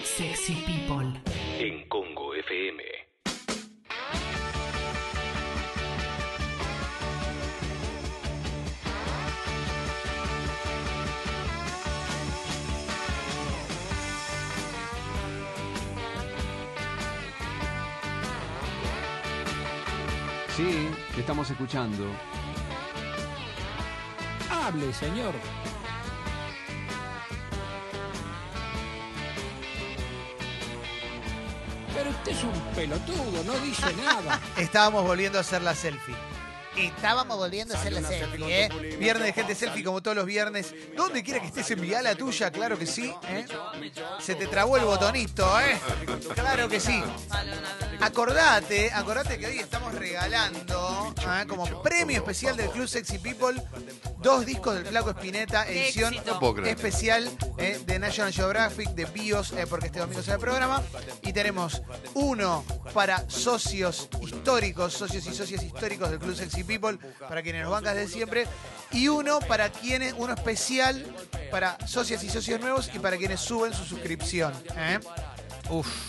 Sexy People. en Congo FM. Sí, te estamos escuchando. Hable, señor. Pero usted es un pelotudo, no dice nada. Estábamos volviendo a hacer la selfie. Estábamos volviendo a hacer la selfie, ¿eh? Viernes de gente selfie como todos los viernes. Donde quiera que estés, enviá la tuya, claro que sí. ¿eh? Se te trabó el botonito, ¿eh? Claro que sí. Acordate, acordate que hoy estamos regalando ¿ah? como premio especial del Club Sexy People dos discos del Flaco Espineta, Qué edición éxito. No puedo creer. especial eh, de National Geographic, de BIOS, eh, porque este domingo será el programa. Y tenemos uno para socios históricos, socios y socias históricos del Club Sexy People, para quienes nos bancas de siempre. Y uno para quienes, uno especial para socias y socios nuevos y para quienes suben su suscripción. ¿eh?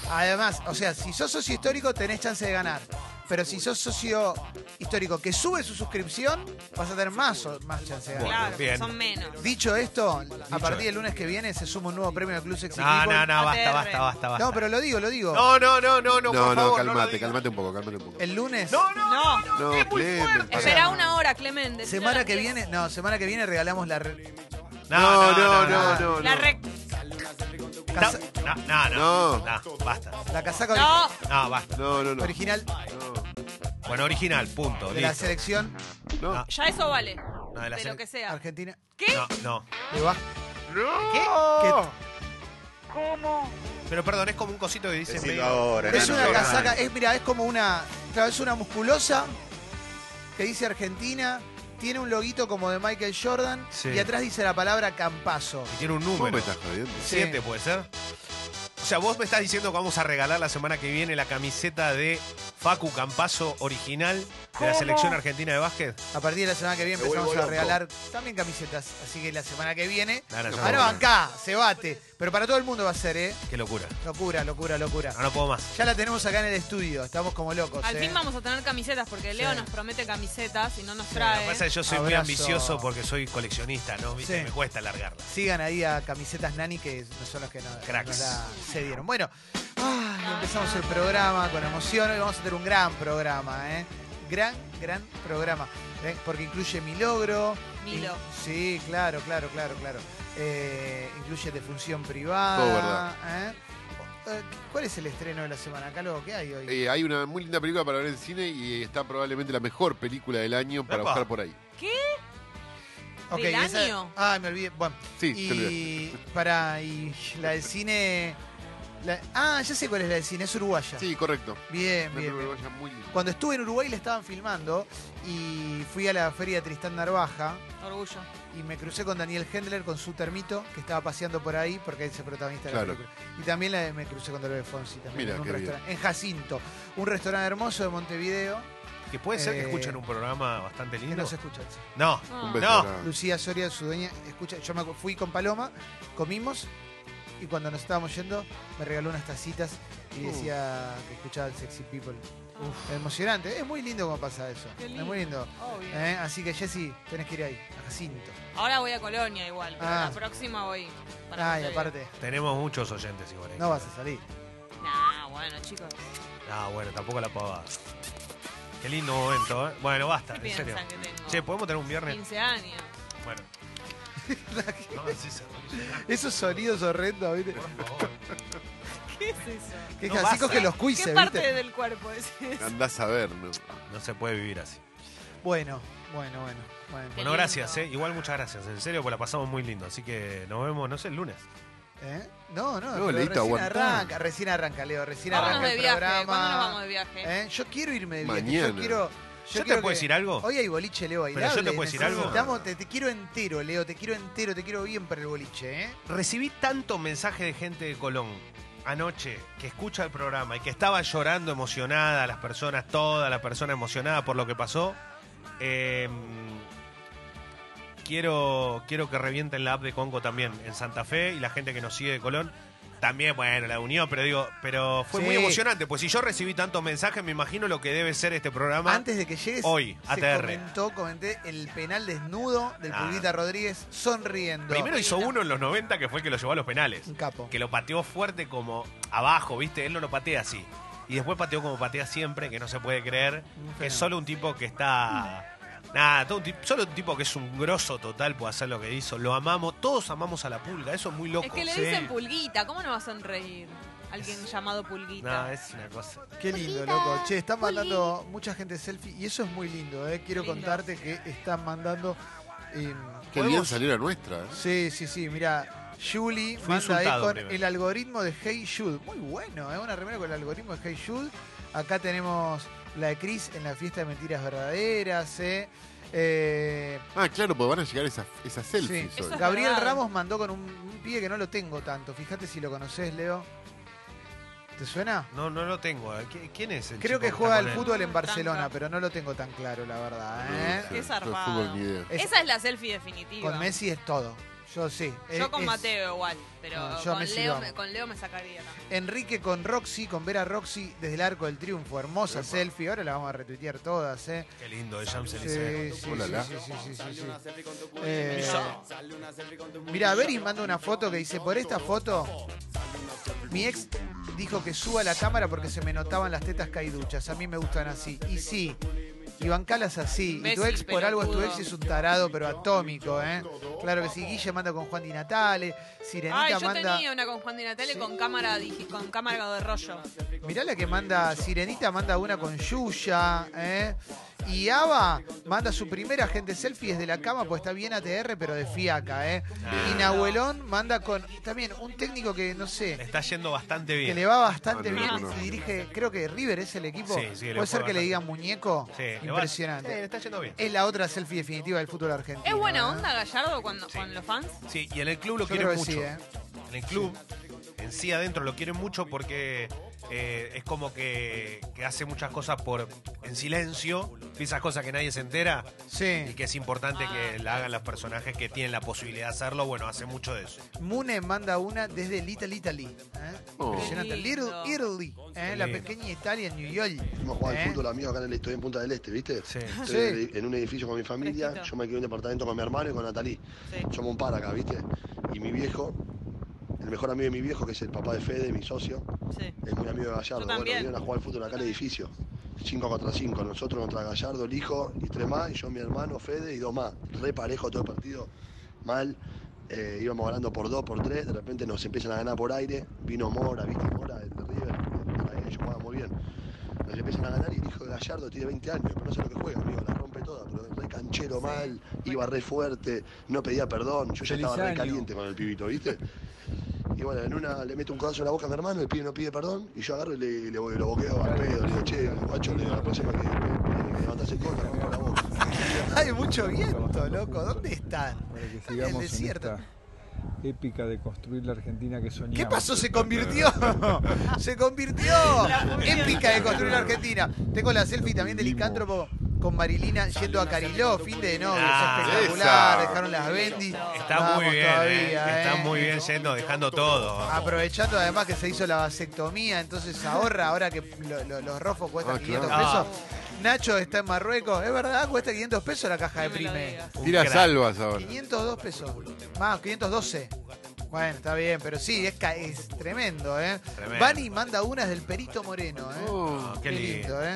Además, o sea, si sos socio histórico tenés chance de ganar. Pero si sos socio histórico que sube su suscripción, vas a tener más, o- más chance de ganar. Claro, Bien. son menos. Dicho esto, a partir del lunes que viene se suma un nuevo premio al Club Sexy No, People. no, no, basta, ATR. basta, basta, basta. No, pero lo digo, lo digo. No, no, no, no, no, No, por no, favor, calmate, lo digas. calmate un poco, calmate un poco. El lunes, No, no, No, No, es muy Clemen, fuerte. pará. espera una hora, Clemente. semana que viene, no, semana que viene regalamos la re- No, no, no, no, no. La no. rec... casa- No, no, no, no, basta. la casaca ori- No, No, basta. No, no, no. original Bueno, original, punto. de la Listo. selección No. No. ya eso vale. No, de la de sele- lo que sea. argentina. ¿Qué? No, no. ¿Te va? Pero perdón, es como un cosito que dice medio- ahora, Es una no, casaca, es mira, es como una, claro, es una musculosa que dice Argentina, tiene un loguito como de Michael Jordan Sí. y atrás dice la palabra Campazo. Tiene un ¿Cómo me número. estás jodiendo? Siete, puede ser. O sea, vos me estás diciendo que vamos a regalar la semana que viene la camiseta de Facu Campazo original de la selección argentina de básquet. A partir de la semana que viene empezamos a regalar también camisetas, así que la semana que viene, No, no, ya ahora no. acá, se bate, pero para todo el mundo va a ser, eh. Qué locura. Locura, locura, locura. No, no puedo más. Ya la tenemos acá en el estudio, estamos como locos. Al eh. fin vamos a tener camisetas porque Leo Sí. nos promete camisetas y no nos Lo que trae. pasa es que yo soy muy Abrazo. ambicioso porque soy coleccionista, ¿no? ¿Viste? Sí. Me cuesta alargarla. Sigan ahí a camisetas Nani, que son los que no, Cracks. nos la se dieron. Bueno, ah, y empezamos el programa con emoción. Hoy vamos a tener un gran programa, ¿eh? Gran, gran programa. ¿eh? Porque incluye mi logro. Milo. in- sí, claro, claro, claro, claro. Eh, incluye defunción privada. Todo verdad. ¿eh? Eh, ¿Cuál es el estreno de la semana, Calvo? ¿Qué hay hoy? Eh, hay una muy linda película para ver en cine y está probablemente la mejor película del año para Epa. buscar por ahí. Ok, ¿Del y esa- año? Ah, me olvidé. Bueno. Sí, te olvidé. y para y la del cine. la- ah, ya sé cuál es la del cine, es uruguaya. Sí, correcto. Bien, Una bien. película bien. uruguaya muy linda. Cuando estuve en Uruguay la estaban filmando y fui a la feria Tristán Narvaja Orgullo. y me crucé con Daniel Hendler con su termito que estaba paseando por ahí porque él es el protagonista de la Claro. película. Y también la- me crucé con Dolores Fonsi también Mira, en un qué bien. restaurante- en Jacinto, un restaurante hermoso de Montevideo Que puede ser que Eh, escuchen un programa bastante que lindo. nos escucha. sí. No, Un No. beso. No. grande. Lucía Soria, su dueña, escucha, yo me acu- fui con Paloma, comimos y cuando nos estábamos yendo me regaló unas tacitas y Uh. decía que escuchaba el Sexy People. Emocionante, es muy lindo como pasa eso. Qué Es muy lindo. Obvio. ¿Eh? Así que Jessy, tenés que ir ahí, a Jacinto. Ahora voy a Colonia igual, pero Ah. la próxima voy. Ay, Montevideo. aparte, tenemos muchos oyentes igual. ahí. no vas a salir. Nah, bueno, chicos. Ah, bueno, tampoco la pavada. Qué lindo momento, ¿eh? Bueno, basta, ¿Qué en serio. piensan que tengo? Che, ¿podemos tener un viernes? 15 años. Bueno. No, sí, sí, Esos sonidos horrendos, ¿viste? por favor. ¿Qué es eso? Que No así vas a- coge los ¿Qué cuises, parte ¿viste? del cuerpo es eso? Andás a ver, ¿no? No se puede vivir así. Bueno, bueno, bueno, bueno. Bueno, Qué lindo. gracias, ¿eh? Igual muchas gracias, en serio, pues la pasamos muy lindo. Así que nos vemos, no sé, el lunes. ¿Eh? No, no, No, pero Leito, recién aguantá. arranca, recién arranca, Leo, recién Vámonos arranca de el viaje. ¿Cuándo nos programa. vamos de viaje? ¿Eh? Yo quiero irme de viaje. Yo Mañana. quiero. ¿Yo, te quiero puedo que- decir algo? Hoy hay boliche, Leo, Pero yo te bailable. puedo decir algo. Necesitamos- Te, te quiero entero, Leo, te quiero entero, te quiero bien para el boliche, ¿eh? Recibí tanto mensaje de gente de Colón anoche que escucha el programa y que estaba llorando emocionada, las personas, todas las personas emocionadas por lo que pasó. Eh, quiero, quiero que revienten la app de Congo también en Santa Fe y la gente que nos sigue de Colón. También, bueno, la unión, pero digo, pero fue muy Sí. emocionante, pues si yo recibí tantos mensajes, me imagino lo que debe ser este programa. Antes de que llegues, Hoy, se ATR. comentó, comenté el penal desnudo del Ah. Pulguita Rodríguez sonriendo. Primero hizo Mira. uno en los 90 que fue el que lo llevó a los penales. Un capo. Que lo pateó fuerte como abajo, ¿viste? Él no lo patea así. Y después pateó como patea siempre, que no se puede creer. fenómeno. Es solo un tipo que está. Nada, todo un ti- solo un tipo que es un grosso total puede hacer lo que hizo. Lo amamos, todos amamos a la pulga, eso es muy loco. Es que le Sí. dicen pulguita, ¿cómo no va a sonreír? Alguien llamado pulguita. No, es una cosa. Qué lindo, loco. Che, están mandando mucha gente selfie y eso es muy lindo, ¿eh? Quiero Lindo. contarte que están mandando. eh, Qué ¿podemos? bien salió la nuestra. ¿eh? Sí, sí, sí, mira. Julie manda Fui ahí insultado con primero. el algoritmo de Hey Jude. Muy bueno, ¿eh? Una remera con el algoritmo de Hey Jude. Acá tenemos la de Cris en la fiesta de mentiras verdaderas, ¿eh? Eh, Ah, claro, pues van a llegar esas, esas selfies. sí. Eso hoy. es Gabriel verdad. Ramos mandó con un, un pibe que no lo tengo tanto. Fíjate si lo conoces, Leo. ¿Te suena? No, no lo tengo. ¿Qui- ¿Quién es el Creo chico que está juega con al él? fútbol en Tanca. Barcelona, pero no lo tengo tan claro, la verdad. ¿eh? Sí, Qué sí, zarpado. no es fútbol ni idea. Es- Esa es la selfie definitiva. Con Messi es todo. Yo sí. Es- Yo con es Mateo igual, pero No, yo a con, Messi Leo, lo amo. con Leo me sacaría también. Enrique con Roxy, con Vera Roxy desde el arco del triunfo. Hermosa selfie. Ahora la vamos a retuitear todas, ¿eh? Qué lindo, de Champs Sí, Élysées. sí, Olala. sí, sí, sí, sí, sí. Eh, mira, Beris manda una foto que dice, por esta foto, mi ex dijo que suba la cámara porque se me notaban las tetas caiduchas. A mí me gustan así. Y sí, y bancalas así. Y tu Messi, ex por algo es tu pelotudo. ex y es un tarado, pero atómico, ¿eh? Claro que sí. Guille manda con Juan Di Natale. Sirenita Ay, yo manda... tenía una con Juan Di Natale Sí. con cámara digi- con cámara de rollo. Mirá la que manda Sirenita, manda una con Yuya, ¿eh? Y Ava manda su primera gente selfie desde la cama, pues está bien ATR, pero de fiaca, ¿eh? Ah. Y Nahuelón manda con también un técnico que no Le sé, está yendo bastante bien. Ah, que le va bastante No, bien no, y no. dirige, creo que River es el equipo. Sí, sí, le Puede ser juega que le bastante. digan muñeco. Sí, le va- Sí, le Impresionante. está yendo bien. Es la otra selfie definitiva del fútbol argentino. ¿Es buena ¿eh? onda Gallardo cuando, Sí. con los fans? Sí, y en el club lo Yo quieren creo que mucho. sí, ¿eh? En el club, en sí adentro lo quieren mucho porque eh, es como que, que hace muchas cosas por en silencio, esas cosas que nadie se entera y Sí. que es importante que la hagan los personajes que tienen la posibilidad de hacerlo. Bueno, hace mucho de eso. Mune manda una desde Little Italy. ¿eh? Oh. Impresionante. Qué Little lindo. Italy, ¿eh? la lindo. pequeña Italia en New York. Fuimos a jugar ¿eh? al fútbol amigos acá en el estudio en Punta del Este, ¿viste? Sí. Estoy En un edificio con mi familia, Fresquito. yo me quedé en un departamento con mi hermano y con Natalí. Sí. Somos un par acá, ¿viste? Y mi viejo, el mejor amigo de mi viejo, que es el papá de Fede, mi socio, Sí. es muy amigo de Gallardo. Yo Bueno, también. vinieron a jugar al fútbol acá al edificio. 5 contra 5, nosotros contra Gallardo, el hijo y tres más, y yo, mi hermano, Fede y dos más. Re parejo todo el partido, mal. Eh, íbamos ganando por dos, por tres, de repente nos empiezan a ganar por aire. Vino Mora, ¿viste? Mora, el de River, para ellos jugaba muy bien. Nos empiezan a ganar y el hijo de Gallardo tiene 20 años, pero no sé lo que juega, amigo, la rompe toda, pero re canchero mal, iba re fuerte, no pedía perdón, yo ya Feliz estaba re año. caliente con el pibito, ¿viste? Y bueno, en una le meto un codazo en la boca a mi hermano, el pibe no pide perdón, y yo agarro y le, le, voy- lo boqueo al pedo, le digo, che, guacho, le digo la próxima que, que me levantas el codo, te rompo la boca. Hay mucho viento, loco. ¿Dónde están? para que en el sigamos en desierto. esta épica de construir la Argentina que soñamos. ¿Qué pasó? Se convirtió. Se convirtió. Épica de construir la Argentina. Tengo la selfie también de Licántropo con Marilina yendo a Cariló, fin de novios. Ah, espectacular. esa. Dejaron las bendis. Está Vamos muy bien, eh. todavía, está eh. muy bien yendo, dejando todo. Aprovechando además que se hizo la vasectomía, entonces ahorra, ahora que lo- lo- los rofos cuestan Ah, 500 claro. pesos. Nacho está en Marruecos, es verdad, cuesta 500 pesos la caja de No me lo prime. digas. Un Tira crack. salvas ahora. 502 pesos. Más, 512. Bueno, está bien, pero sí, es, ca- es tremendo, ¿eh? Tremendo. Uh, Vani manda unas del Perito Moreno, ¿eh? Oh, Ah, Qué lindo. ¿eh?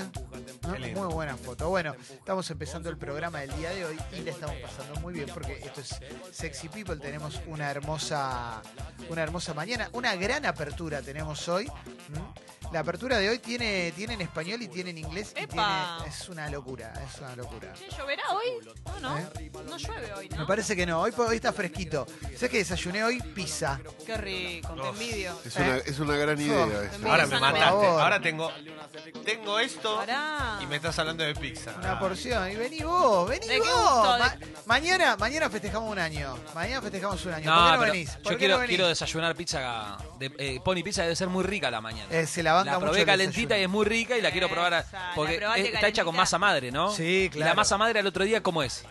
¿No? Qué lindo. Muy buena foto. Bueno, estamos empezando el programa del día de hoy y la estamos pasando muy bien porque esto es Sexy People. Tenemos una hermosa, una hermosa mañana, una gran apertura tenemos hoy. ¿Mm? La apertura de hoy tiene, tiene en español y tiene en inglés. y ¡Epa! tiene- es una locura, es una locura. Che, ¿Lloverá hoy? No, no. ¿Eh? No llueve hoy, ¿no? Me parece que no, hoy, hoy está fresquito. ¿Sabes que desayuné hoy? Pizza. Qué rico, te Oh. envidio. Es una, es una gran idea ¿eh? esa. Ahora me Por mataste. favor. Ahora tengo, tengo esto Pará. y me estás hablando de pizza. Ah, Una porción. Y vení vos, vení ¿De vos. qué gusto? Ma- mañana, mañana festejamos un año. Mañana festejamos un año. No, Eh, ¿Por qué no pero venís? ¿Por yo qué quiero, no venís? quiero desayunar pizza. De, eh, Pony Pizza debe ser muy rica a la mañana. Eh, se la banca la probé mucho el calentita y desayuno. es muy rica y la quiero probar. a- Esa, la porque probaste es- está hecha con calentita. masa madre, ¿no? Sí, Y claro. la masa madre al otro día, ¿cómo es?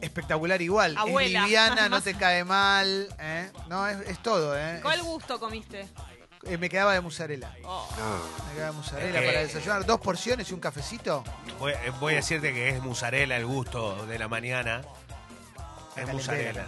Espectacular igual. Abuela. Es liviana, no te cae mal. ¿eh? No, es, es todo. ¿eh? ¿Cuál Es- gusto comiste? Eh, me quedaba de mozzarella. Oh. Ah. Me quedaba de mozzarella Eh. para desayunar. Dos porciones y un cafecito. Voy, eh, voy a decirte que es musarela el gusto de la mañana. Es musarela.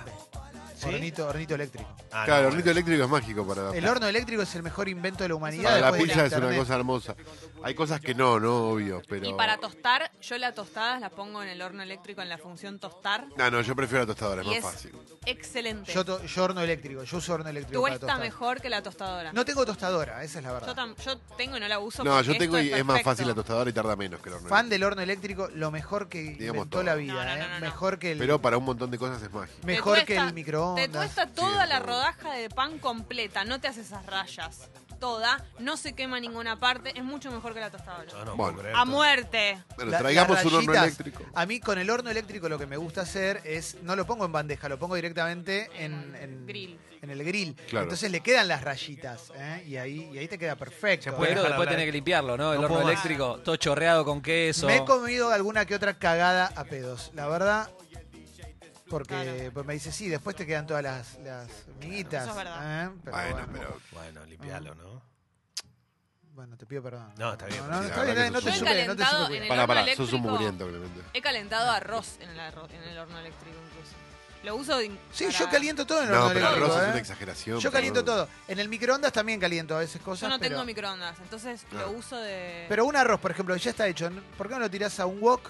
¿Sí? Hornito, hornito eléctrico. Ah, no, Claro, el bueno. hornito eléctrico es mágico para, El horno eléctrico es el mejor invento de la humanidad. para la después de pizza, es una internet. cosa hermosa. Hay cosas que no, no, obvio, pero... Y para tostar, yo las tostadas las pongo en el horno eléctrico en la función tostar. No, no, yo prefiero la tostadora, es y más es fácil. excelente. Yo, to- yo horno eléctrico, yo uso horno eléctrico. para Tuesta tostar. mejor que la tostadora. No tengo tostadora, esa es la yo, verdad. tam- yo tengo y no la uso. No, porque yo tengo y esto es más perfecto. fácil la tostadora y tarda menos que el horno. Fan eléctrico. del horno eléctrico, lo mejor que Digamos inventó todo. la vida, No, no, ¿eh? no, no, no. Mejor que el, Pero para un montón de cosas es mágico. Te mejor que tuesta- el Te microondas. tuesta toda Sí, la no. rodaja de pan completa, no te hace esas rayas. Toda, no se quema ninguna parte, es mucho mejor que la tostadora. Yo no puedo Bueno. creer A esto. muerte. Bueno, La- traigamos las Ah, un horno rayitas, eléctrico. A mí con el horno eléctrico lo que me gusta hacer es, no lo pongo en bandeja, lo pongo directamente en, en- Grill. en el grill. Claro. Entonces le quedan las rayitas ¿eh? y, ahí, y ahí te queda perfecto. Se puede ¿eh? Pero dejar después hablar. tenés que limpiarlo, ¿no? El No horno puedo más. eléctrico, todo chorreado con queso. Me he comido alguna que otra cagada a pedos, la verdad. Porque Claro. pues me dice, sí, después te quedan todas las, las miguitas. Eso es verdad. ¿eh? Pero Bueno, bueno, pero... Bueno, limpialo, ¿no? bueno, te pido perdón. No, está bien, No, pero no, sí, está la bien, verdad no que te sos un- supe, no te Yo he supe. calentado Para, para, horno sos un eléctrico- mugriento, obviamente. He calentado arroz en el, arro- en el horno eléctrico incluso. Lo uso in- Sí, para- yo caliento todo en el No, horno pero arroz eléctrico, es una ¿eh? exageración. Yo pero caliento bueno. todo. En el microondas también caliento a veces cosas. Yo no tengo pero, microondas, entonces Claro. lo uso de... pero un arroz, por ejemplo, ya está hecho. ¿no? ¿Por qué no lo tirás a un wok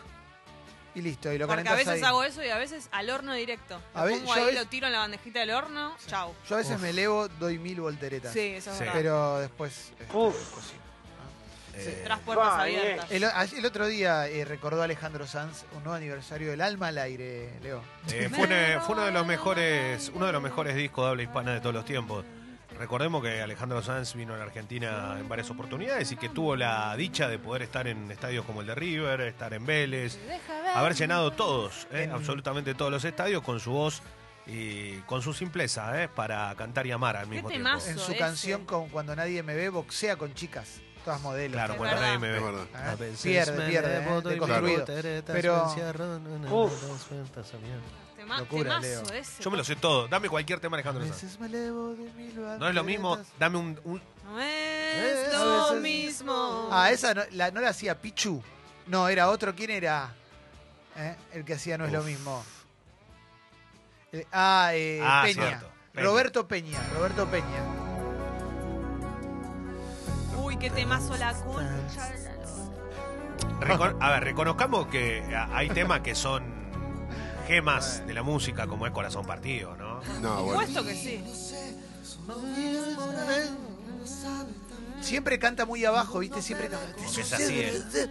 y listo? Y lo Porque a calentás veces ahí. hago eso y a veces al horno directo. Lo A ve- pongo yo ahí, a veces- lo tiro en la bandejita del horno, chau. Yo a veces Uf. me elevo, doy mil volteretas. Sí, eso es Sí. verdad. Pero después... este, cocino. Eh, Tras puertas abiertas. El, a- el otro día eh, recordó Alejandro Sanz un nuevo aniversario del alma al aire, Leo. eh, fue, una- fue uno de los mejores, uno de los mejores discos de habla hispana de todos los tiempos. Recordemos que Alejandro Sanz vino a la Argentina en varias oportunidades y que tuvo la dicha de poder estar en estadios como el de River, estar en Vélez, haber llenado todos, eh, En- absolutamente todos los estadios con su voz y con su simpleza, eh, para cantar y amar al mismo tiempo. temazo. En su Ese. canción con Cuando Nadie Me Ve, boxea con chicas, todas modelos. Claro, Es cuando nadie verdad. me Es ve. verdad. Ah, A veces Pierde, me pierde, eh, reboto y me deconstruido. Pero... Uf. Tema- Locura, temazo Leo. ese. Yo me lo sé todo. Dame cualquier A tema, Alejandro Sanz. veces me elevo de mil No es lo mismo, volteretas. dame un- un, No es Eh, lo a veces- mismo. Ah, esa no la, no la hacía Pichu. No, era otro. ¿Quién era? Eh, El que hacía No es lo mismo. El- ah, eh, Ah, Peña. cierto. Peña. Roberto Peña. Roberto Peña. Uy, qué temazo la concha. de la Ah, lora. Recon- a ver, reconozcamos que a- hay temas que son gemas de la música, como es Corazón Partido, ¿no? No, Por bueno. supuesto que sí. Siempre canta muy abajo, ¿viste? Siempre canta. Es así, ¿eh?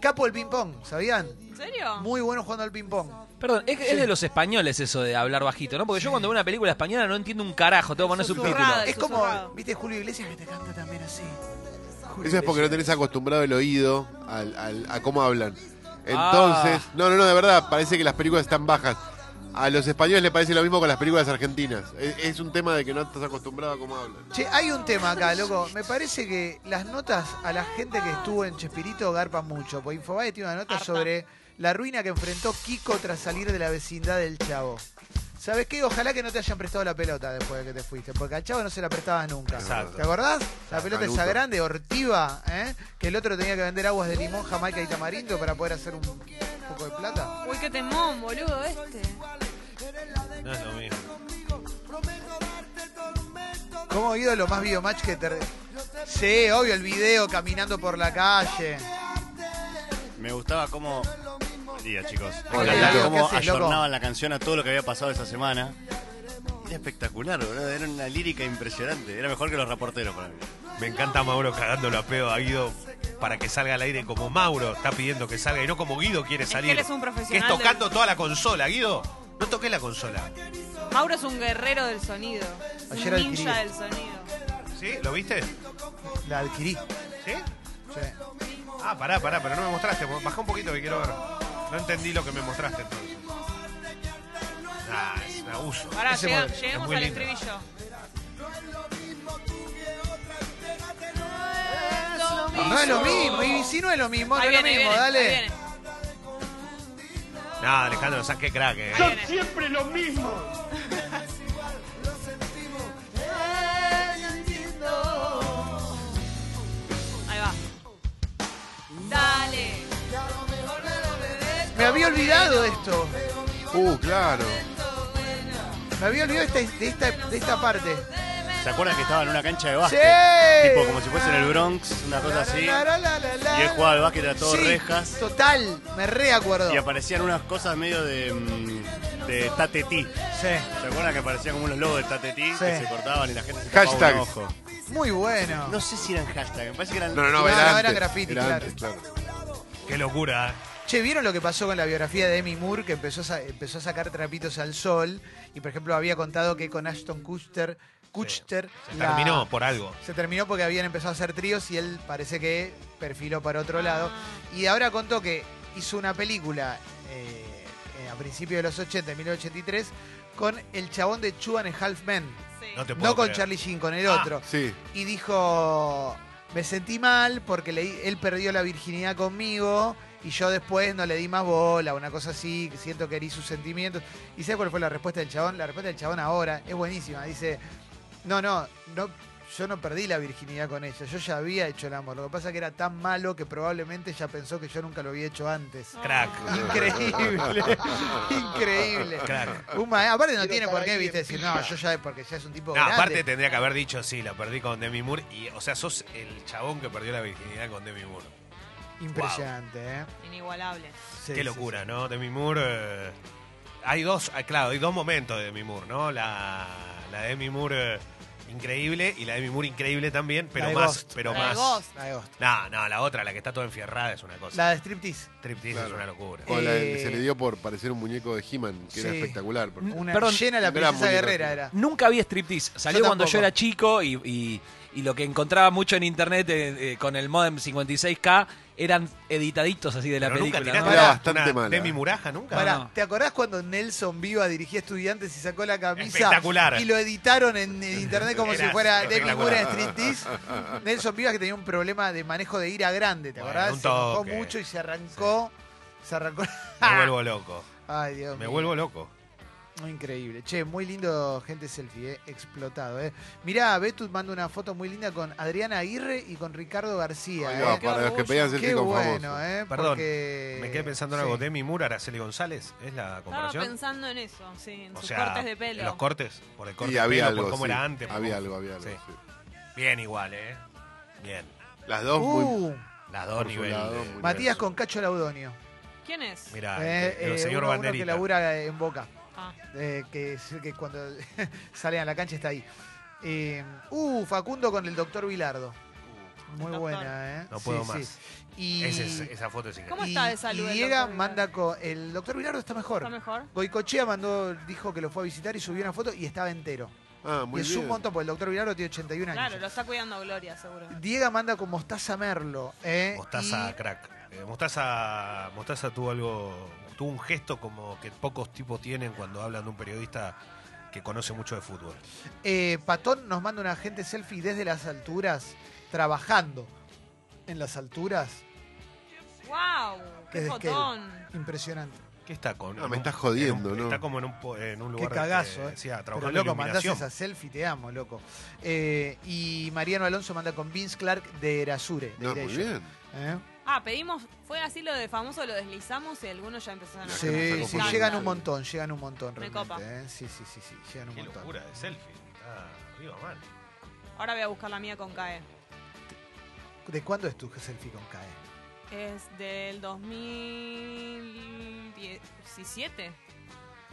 Capo el ping-pong, ¿sabían? ¿En serio? Muy bueno jugando al ping-pong. Perdón, es, es de los españoles eso de hablar bajito, ¿no? Porque yo cuando veo una película española no entiendo un carajo, tengo que poner Susurrado. subtítulos. Es como, susurrado. ¿viste Julio Iglesias que te canta también así? Julio Eso es porque no Iglesias. tenés acostumbrado el oído al- al- a cómo hablan. Entonces, Ah. no, no, no, de verdad, parece que las películas están bajas. A los españoles les parece lo mismo con las películas argentinas. Es, es un tema de que no estás acostumbrado a cómo hablan. Che, hay un tema acá, loco. Me parece que las notas a la gente que estuvo en Chespirito garpan mucho. Porque Infobae tiene una nota Harta. sobre la ruina que enfrentó Kiko tras salir de la vecindad del Chavo. ¿Sabes qué? Ojalá que no te hayan prestado la pelota después de que te fuiste, porque al Chavo no se la prestabas nunca. Exacto. ¿Te acordás? La pelota esa Caluto. grande, hortiva, ¿eh? que el otro tenía que vender aguas de limón, jamaica y tamarindo para poder hacer un poco de plata. Uy, qué temón, boludo, este. No es lo mismo. ¿Cómo ha ido lo más biomatch que te... re- Sí, obvio, el video caminando por la calle. Me gustaba cómo. Buen día, chicos. Me Hola, encantaba Leo, cómo ¿qué haces, loco? ayornaban la canción a todo lo que había pasado esa semana. Era espectacular, boludo. Era una lírica impresionante. Era mejor que los reporteros para mí. Me encanta Mauro cagándolo a pedo a Guido para que salga al aire como Mauro está pidiendo que salga y no como Guido quiere que salir. él es un profesional Que es tocando toda la consola, Guido. No toques la consola. Mauro es un guerrero del sonido. Es un Ayer adquirí. ninja del sonido. ¿Sí? ¿Lo viste? La adquirí. ¿Sí? Sí. Ah, pará, pará, pero no me mostraste. Bajá un poquito que quiero ver. No entendí lo que me mostraste entonces. Ah, es un abuso. Ahora Ese llega- modelo. Es lleguemos muy al lindo. estribillo. No es lo mismo, y si no es lo mismo, no Ahí es lo viene, ahí mismo, viene, ahí dale. viene. No, Alejandro, saque crack. eh. Ahí viene. Siempre lo mismo. Lo sentimos, había olvidado de esto. Uh, claro. Me había olvidado esta- de, esta, de esta parte. ¿Se acuerdan que estaba en una cancha de básquet? Sí. Tipo como si fuese en el Bronx, una cosa así. Y él jugaba al básquet a todo Sí, rejas. Total, me reacuerdo. Y aparecían unas cosas medio de, mm, de tatetí. ¿Se acuerdan que aparecían como unos logos de tatetí que se cortaban y la gente se tapaba un Hashtags. ojo? Muy bueno. No sé si eran hashtags, me parece que eran... No, no, no, Claro, era antes, era graffiti, era claro. antes, claro. Qué locura. ¿eh? Che, ¿vieron lo que pasó con la biografía de Demi Moore? Que empezó a, sa- empezó a sacar trapitos al sol. Y, por ejemplo, había contado que con Ashton Kutcher... Kutcher Se la- terminó por algo. Se terminó porque habían empezado a hacer tríos y él parece que perfiló para otro lado. Y ahora contó que hizo una película eh, eh, a principios de los 80, en 1983, con el chabón de Chuan en Half Men. No te puedo No con creer. Charlie Sheen, con el Ah. otro. Sí. Y dijo, me sentí mal porque le- él perdió la virginidad conmigo y yo después no le di más bola, una cosa así, que siento que herí sus sentimientos. ¿Y sabes cuál fue la respuesta del chabón? La respuesta del chabón ahora es buenísima. Dice, no, no, no, yo no perdí la virginidad con ella, yo ya había hecho el amor. Lo que pasa es que era tan malo que probablemente ella pensó que yo nunca lo había hecho antes. Crack. Increíble, increíble. Crack. Un ma- aparte no Quiero tiene estar por qué, ahí viste, en decir, pija. no, yo ya, porque ya es un tipo No, grande. aparte tendría que haber dicho, sí, la perdí con Demi Moore. Y, o sea, sos el chabón que perdió la virginidad con Demi Moore. Impresionante, ¿eh? Inigualable. Sí, Qué sí, locura, ¿no? Demi Moore. eh, hay dos, ah, claro, hay dos momentos de Demi Moore, ¿no? La, la de Demi Moore eh, increíble y la de Demi Moore increíble también, pero La de más. Ghost. Pero La de más. Ghost. sí. La de Ghost. No, no, la otra, la que está toda enfierrada es una cosa. La de striptease. Striptease es Claro. una locura. O la que Eh, se le dio por parecer un muñeco de He-Man, que era sí. espectacular. porque- Una Perdón, llena la un gran princesa muñeco. guerrera era. Nunca vi striptease. Salió Yo cuando tampoco. yo era chico y, y- y lo que encontraba mucho en internet eh, eh, con el modem 56K eran editaditos así de la Pero nunca película. tiraste ¿no? Era una- bastante una mala. Demi Muraja, nunca. Pará, no. ¿te acordás cuando Nelson Viva dirigía estudiantes y sacó la camisa? Espectacular. Y lo editaron en, en internet como Era si fuera Demi Moore en espectacular. striptease. Nelson Viva que tenía un problema de manejo de ira grande, ¿te Bueno, acordás? un se enojó toque. mucho y se arrancó. Se arrancó. Me vuelvo loco. Ay, Dios Me mío. vuelvo loco. Muy Increíble. Che, muy lindo gente selfie, eh, explotado, eh. Mirá, Betus manda una foto muy linda con Adriana Aguirre y con Ricardo García. Ahí eh. va, para los que pedían selfie Qué con bueno, famosos. eh. Perdón, porque- Me quedé pensando en algo. Sí. Demi Moore, Araceli González, ¿es la Estaba comparación? pensando en eso, sí, en O sus sea, cortes de pelo. en los cortes, por el corte Y de había pelo, algo. por cómo sí. era antes. por Había cómo- algo, había algo. Sí. sí. Bien igual, ¿eh? Bien. Las dos muy. Uh, Las dos Por su nivel. lado, de- muy bien. Matías con Cacho Laudonio. ¿Quién es? Mirá, este, eh, Ah, el, el eh, señor uno- uno Banderita. que labura en Boca. Ah. eh, que, es el que cuando sale a la cancha está ahí. Eh, uh, Facundo con el doctor Vilardo. Muy Uh, Doctor. buena, eh. No Sí, puedo sí. más. Y, Ese es- esa foto es increíble. ¿Cómo está de y- salud Y el Diego doctor Vilardo? manda con. El doctor Vilardo está mejor. ¿Está mejor? Goicochea mandó, dijo que lo fue a visitar y subió una foto y estaba entero. Ah, muy y es bien. un montón, porque el doctor Vilardo tiene 81 años. Claro, lo está cuidando Gloria, seguro. Diego manda con Mostaza Merlo. Eh, Mostaza, y- crack. Eh, Mostaza, Mostaza tuvo algo, tuvo un gesto como que pocos tipos tienen cuando hablan de un periodista que conoce mucho de fútbol. Eh, Patón nos manda una gente selfie desde las alturas, trabajando en las alturas. ¡Wow! ¡Qué Desde que- fotón! Impresionante. ¿Qué está con? No, en me un- estás jodiendo, en un- ¿no? Está como en un, po- en un Qué lugar. cagazo, que- eh. sí, ah, Pero trabajando loco, en mandás iluminación. esa selfie, te amo, loco. Eh, y Mariano Alonso manda con Vince Clark de Erasure. de No, muy Erasure, bien. ¿eh? Ah, pedimos, fue así lo de famoso, lo deslizamos y algunos ya empezaron a... Ah, La gente Sí, sacó sí, fotos. llegan un montón, llegan un montón. Me realmente, copa. ¿eh? Sí, sí, sí, sí, llegan un Qué montón. locura de selfie. Está arriba mal. Ahora voy a buscar la mía con E. CAE. ¿De cuándo es tu selfie con E? CAE? Es del 2017. Ah,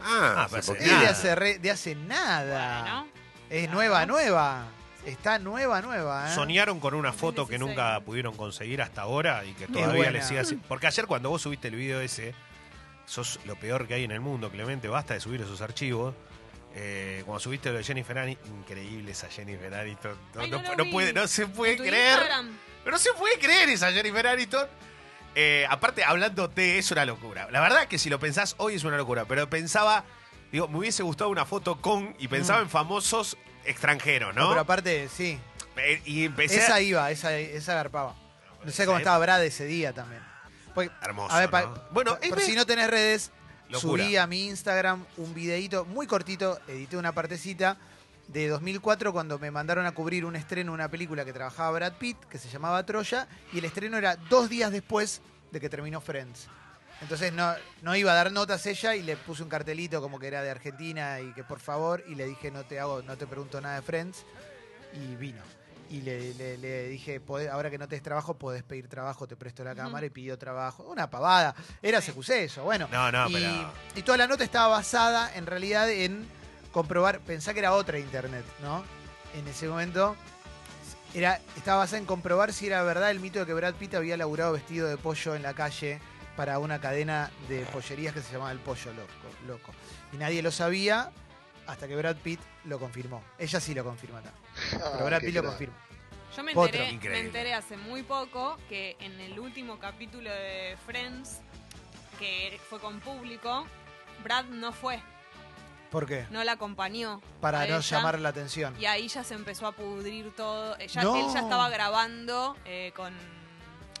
Ah, pero hace hace- Es poquito. de Nada. hace, re- de hace nada. Bueno, Es Claro. nueva, nueva. Está nueva, Ah. nueva. ¿eh? Soñaron con una foto que 2016. nunca pudieron conseguir hasta ahora y que Qué todavía buena. les sigue haciendo. Porque ayer cuando vos subiste el video ese, sos lo peor que hay en el mundo, Clemente, basta de subir esos archivos. Eh, cuando subiste lo de Jennifer Aniston, increíble esa Jennifer Aniston. No, Ay, no- no lo no vi. puede, no se puede en tu creer. Instagram. No se puede creer esa Jennifer Aniston. Eh, aparte, hablándote, es una locura. La verdad que si lo pensás hoy es una locura, pero pensaba, digo, me hubiese gustado una foto con y pensaba en famosos extranjeros, Mm. No, ¿no? Pero aparte, sí. Eh, y empecé a- Esa iba, esa, esa garpaba. No sé esa cómo es- estaba Brad ese día también. Porque- Hermoso, a ver, pa- ¿no? Bueno, por es- si no tenés redes, Locura. subí a mi Instagram un videíto muy cortito, edité una partecita de 2004 cuando me mandaron a cubrir un estreno de una película que trabajaba Brad Pitt, que se llamaba Troya, y el estreno era dos días después de que terminó Friends. Entonces no, no iba a dar notas ella y le puse un cartelito como que era de Argentina y que por favor, y le dije no te hago, no te pregunto nada de Friends, y vino. Y le, le- le dije, "Podés- ahora que no te des trabajo, podés pedir trabajo, te presto la cámara y pidió trabajo. Una pavada. Era secuse eso, bueno. No, no, y, pero- y toda la nota estaba basada en realidad en comprobar, pensá que era otra internet, ¿no? En ese momento era, estaba basada en comprobar si era verdad el mito de que Brad Pitt había laburado vestido de pollo en la calle para una cadena de pollerías que se llamaba El Pollo Loco. loco. Y nadie lo sabía hasta que Brad Pitt lo confirmó. Ella sí lo confirma acá. Pero Brad qué Pitt lo crack. confirma. Yo me Otro. enteré, me Increíble. enteré hace muy poco que en el último capítulo de Friends, que fue con público, Brad no fue, ¿Por qué? no la acompañó. Para a no ella. llamar la atención. Y ahí ya se empezó a pudrir todo. Eh, ya- No. Él ya estaba grabando eh, con,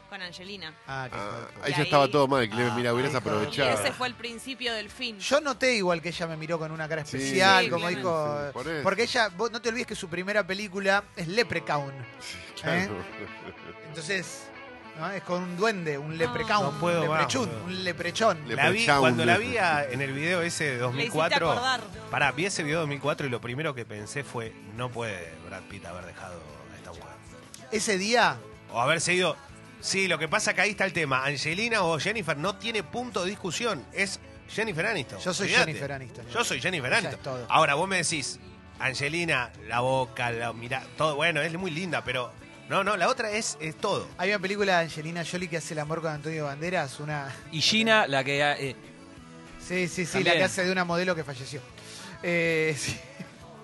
con Angelina. Ah, qué hijo de puta. Ahí ya estaba todo mal, Clemen. Mira, hubieras hijo de- Y aprovechado. ese fue el principio del fin. Yo noté igual que ella me miró con una cara Sí. especial, Sí, como Clemen. dijo. Sí, por eso. porque ella, vos no te olvides que su primera película es Leprechaun. ¿eh? Claro. Entonces, ¿no? es con un duende, un leprechaun, No puedo un más, leprechun, boludo. un leprechón. La vi, Leprechaun. cuando la vi a- en el video ese de 2004, acordar. pará, vi ese video de 2004 y lo primero que pensé fue, no puede Brad Pitt haber dejado a esta mujer. Ese día, O haber seguido... Sí, lo que pasa que ahí está el tema. Angelina o Jennifer no tiene punto de discusión. Es Jennifer Aniston. yo soy Olvídate. Jennifer Aniston. Yo soy Jennifer Ya Aniston. es todo. Ahora, vos me decís, Angelina, la boca, la mira, todo, bueno, es muy linda, pero... No, no, la otra es, es todo. Hay una película de Angelina Jolie que hace el amor con Antonio Banderas, una... Y Gina, la que. eh, Sí, sí, sí, la También. que hace de una modelo que falleció. Eh, sí.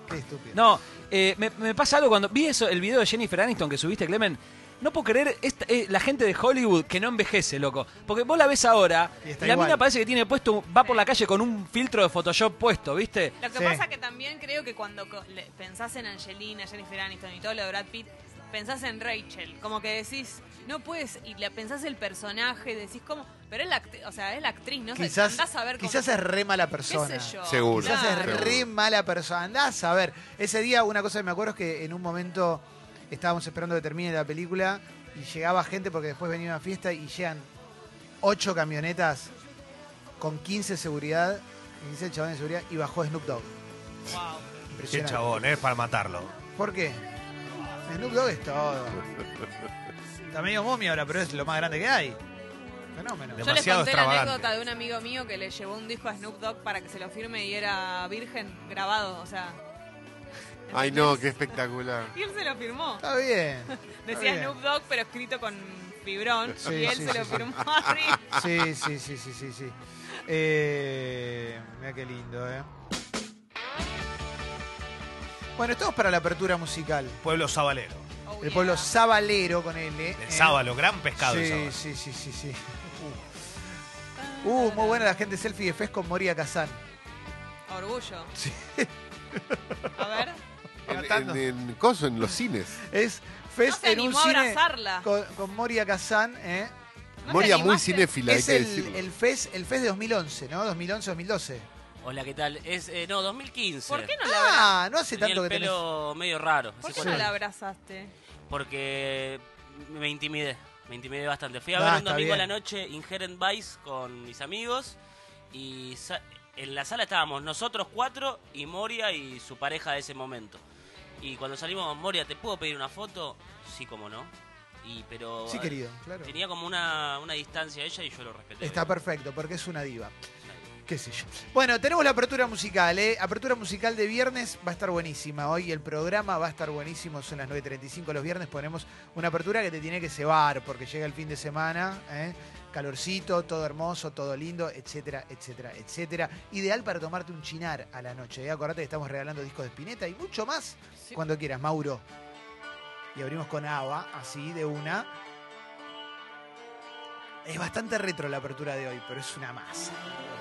Qué estúpido. no, eh, me, me pasa algo cuando. Vi eso, el video de Jennifer Aniston que subiste, Clemen. No puedo creer esta- eh, la gente de Hollywood que no envejece, loco. Porque vos la ves ahora, Y está la igual. mina parece que tiene puesto, va por la calle con un filtro de Photoshop puesto, ¿viste? Lo que Sí. pasa que también creo que cuando co- le- pensás en Angelina, Jennifer Aniston y todo lo de Brad Pitt, pensás en Rachel, como que decís, no puedes, y la, pensás el personaje, decís cómo, pero es la, act- o sea, es la actriz, no sé, quizás, andás a ver cómo- quizás es re mala qué persona. sé yo. Seguro. Quizás Claro. es re mala persona. Andás a ver. Ese día, una cosa que me acuerdo es que en un momento estábamos esperando que termine la película y llegaba gente porque después venía una fiesta y llegan ocho camionetas con 15 seguridad, 15 chabones de seguridad y bajó Snoop Dogg. Wow. Qué Impresionante. chabón, es para matarlo. ¿Por qué? Snoop Dogg es todo. Está medio momia ahora, pero es lo más grande que hay. Fenómeno. Yo les Demasiado conté la extravagante. anécdota de un amigo mío que le llevó un disco a Snoop Dogg para que se lo firme y era virgen grabado, o sea, Ay, no, qué espectacular. y él se lo firmó. Está bien. Decía bien. Snoop Dogg, pero escrito con fibrón, Sí, y él sí, se sí, lo sí. firmó arriba. Sí, sí, sí, sí, sí, sí. Eh, mira qué lindo, eh. Bueno, estamos para la apertura musical. Pueblo sabalero. Oh, El pueblo yeah. sabalero con L. El eh. sábalo, gran pescado el Sí, sábalo. sí, sí, sí, sí. Uh, muy buena la gente selfie de Fez con Moria Kazan. Orgullo. A ver. En, Matando. en, en coso, en los cines. Es No Fez se en un animó a cine abrazarla. con, con Moria Kazan, eh. ¿No te Moria muy animaste? cinéfila, hay Es que el, decirlo. el Fez, el Fez de 2011, ¿no? 2011, 2012. Hola, ¿qué tal? Es, eh, no, 2015. ¿Por qué no la abrazaste? Ah, no hace Tenía tanto que el tenés. pelo medio raro. ¿Por hace qué no cuatro la años. abrazaste? Porque me intimidé, me intimidé bastante. Fui a Ah, ver un está domingo a la bien. noche Inherent Vice con mis amigos y sa- en la sala estábamos nosotros cuatro y Moria y su pareja de ese momento. Y cuando salimos, Moria, ¿te puedo pedir una foto? Sí, como no. Y, pero Sí, eh, querido, claro. tenía como una, una distancia a ella y yo lo respeté. Está perfecto, porque es una diva. Qué sé yo. Bueno, tenemos la apertura musical, ¿eh? Apertura musical de viernes va a estar buenísima. Hoy el programa va a estar buenísimo. Son las 9.35 los viernes. Ponemos una apertura que te tiene que cebar, porque llega el fin de semana, ¿eh? Calorcito, todo hermoso, todo lindo, etcétera, etcétera, etcétera. Ideal para tomarte un chinar a la noche. ¿eh? Acordate que estamos regalando discos de Spinetta y mucho más Sí. cuando quieras, Mauro. Y abrimos con agua, así, de una. Es bastante retro la apertura de hoy, pero es una masa.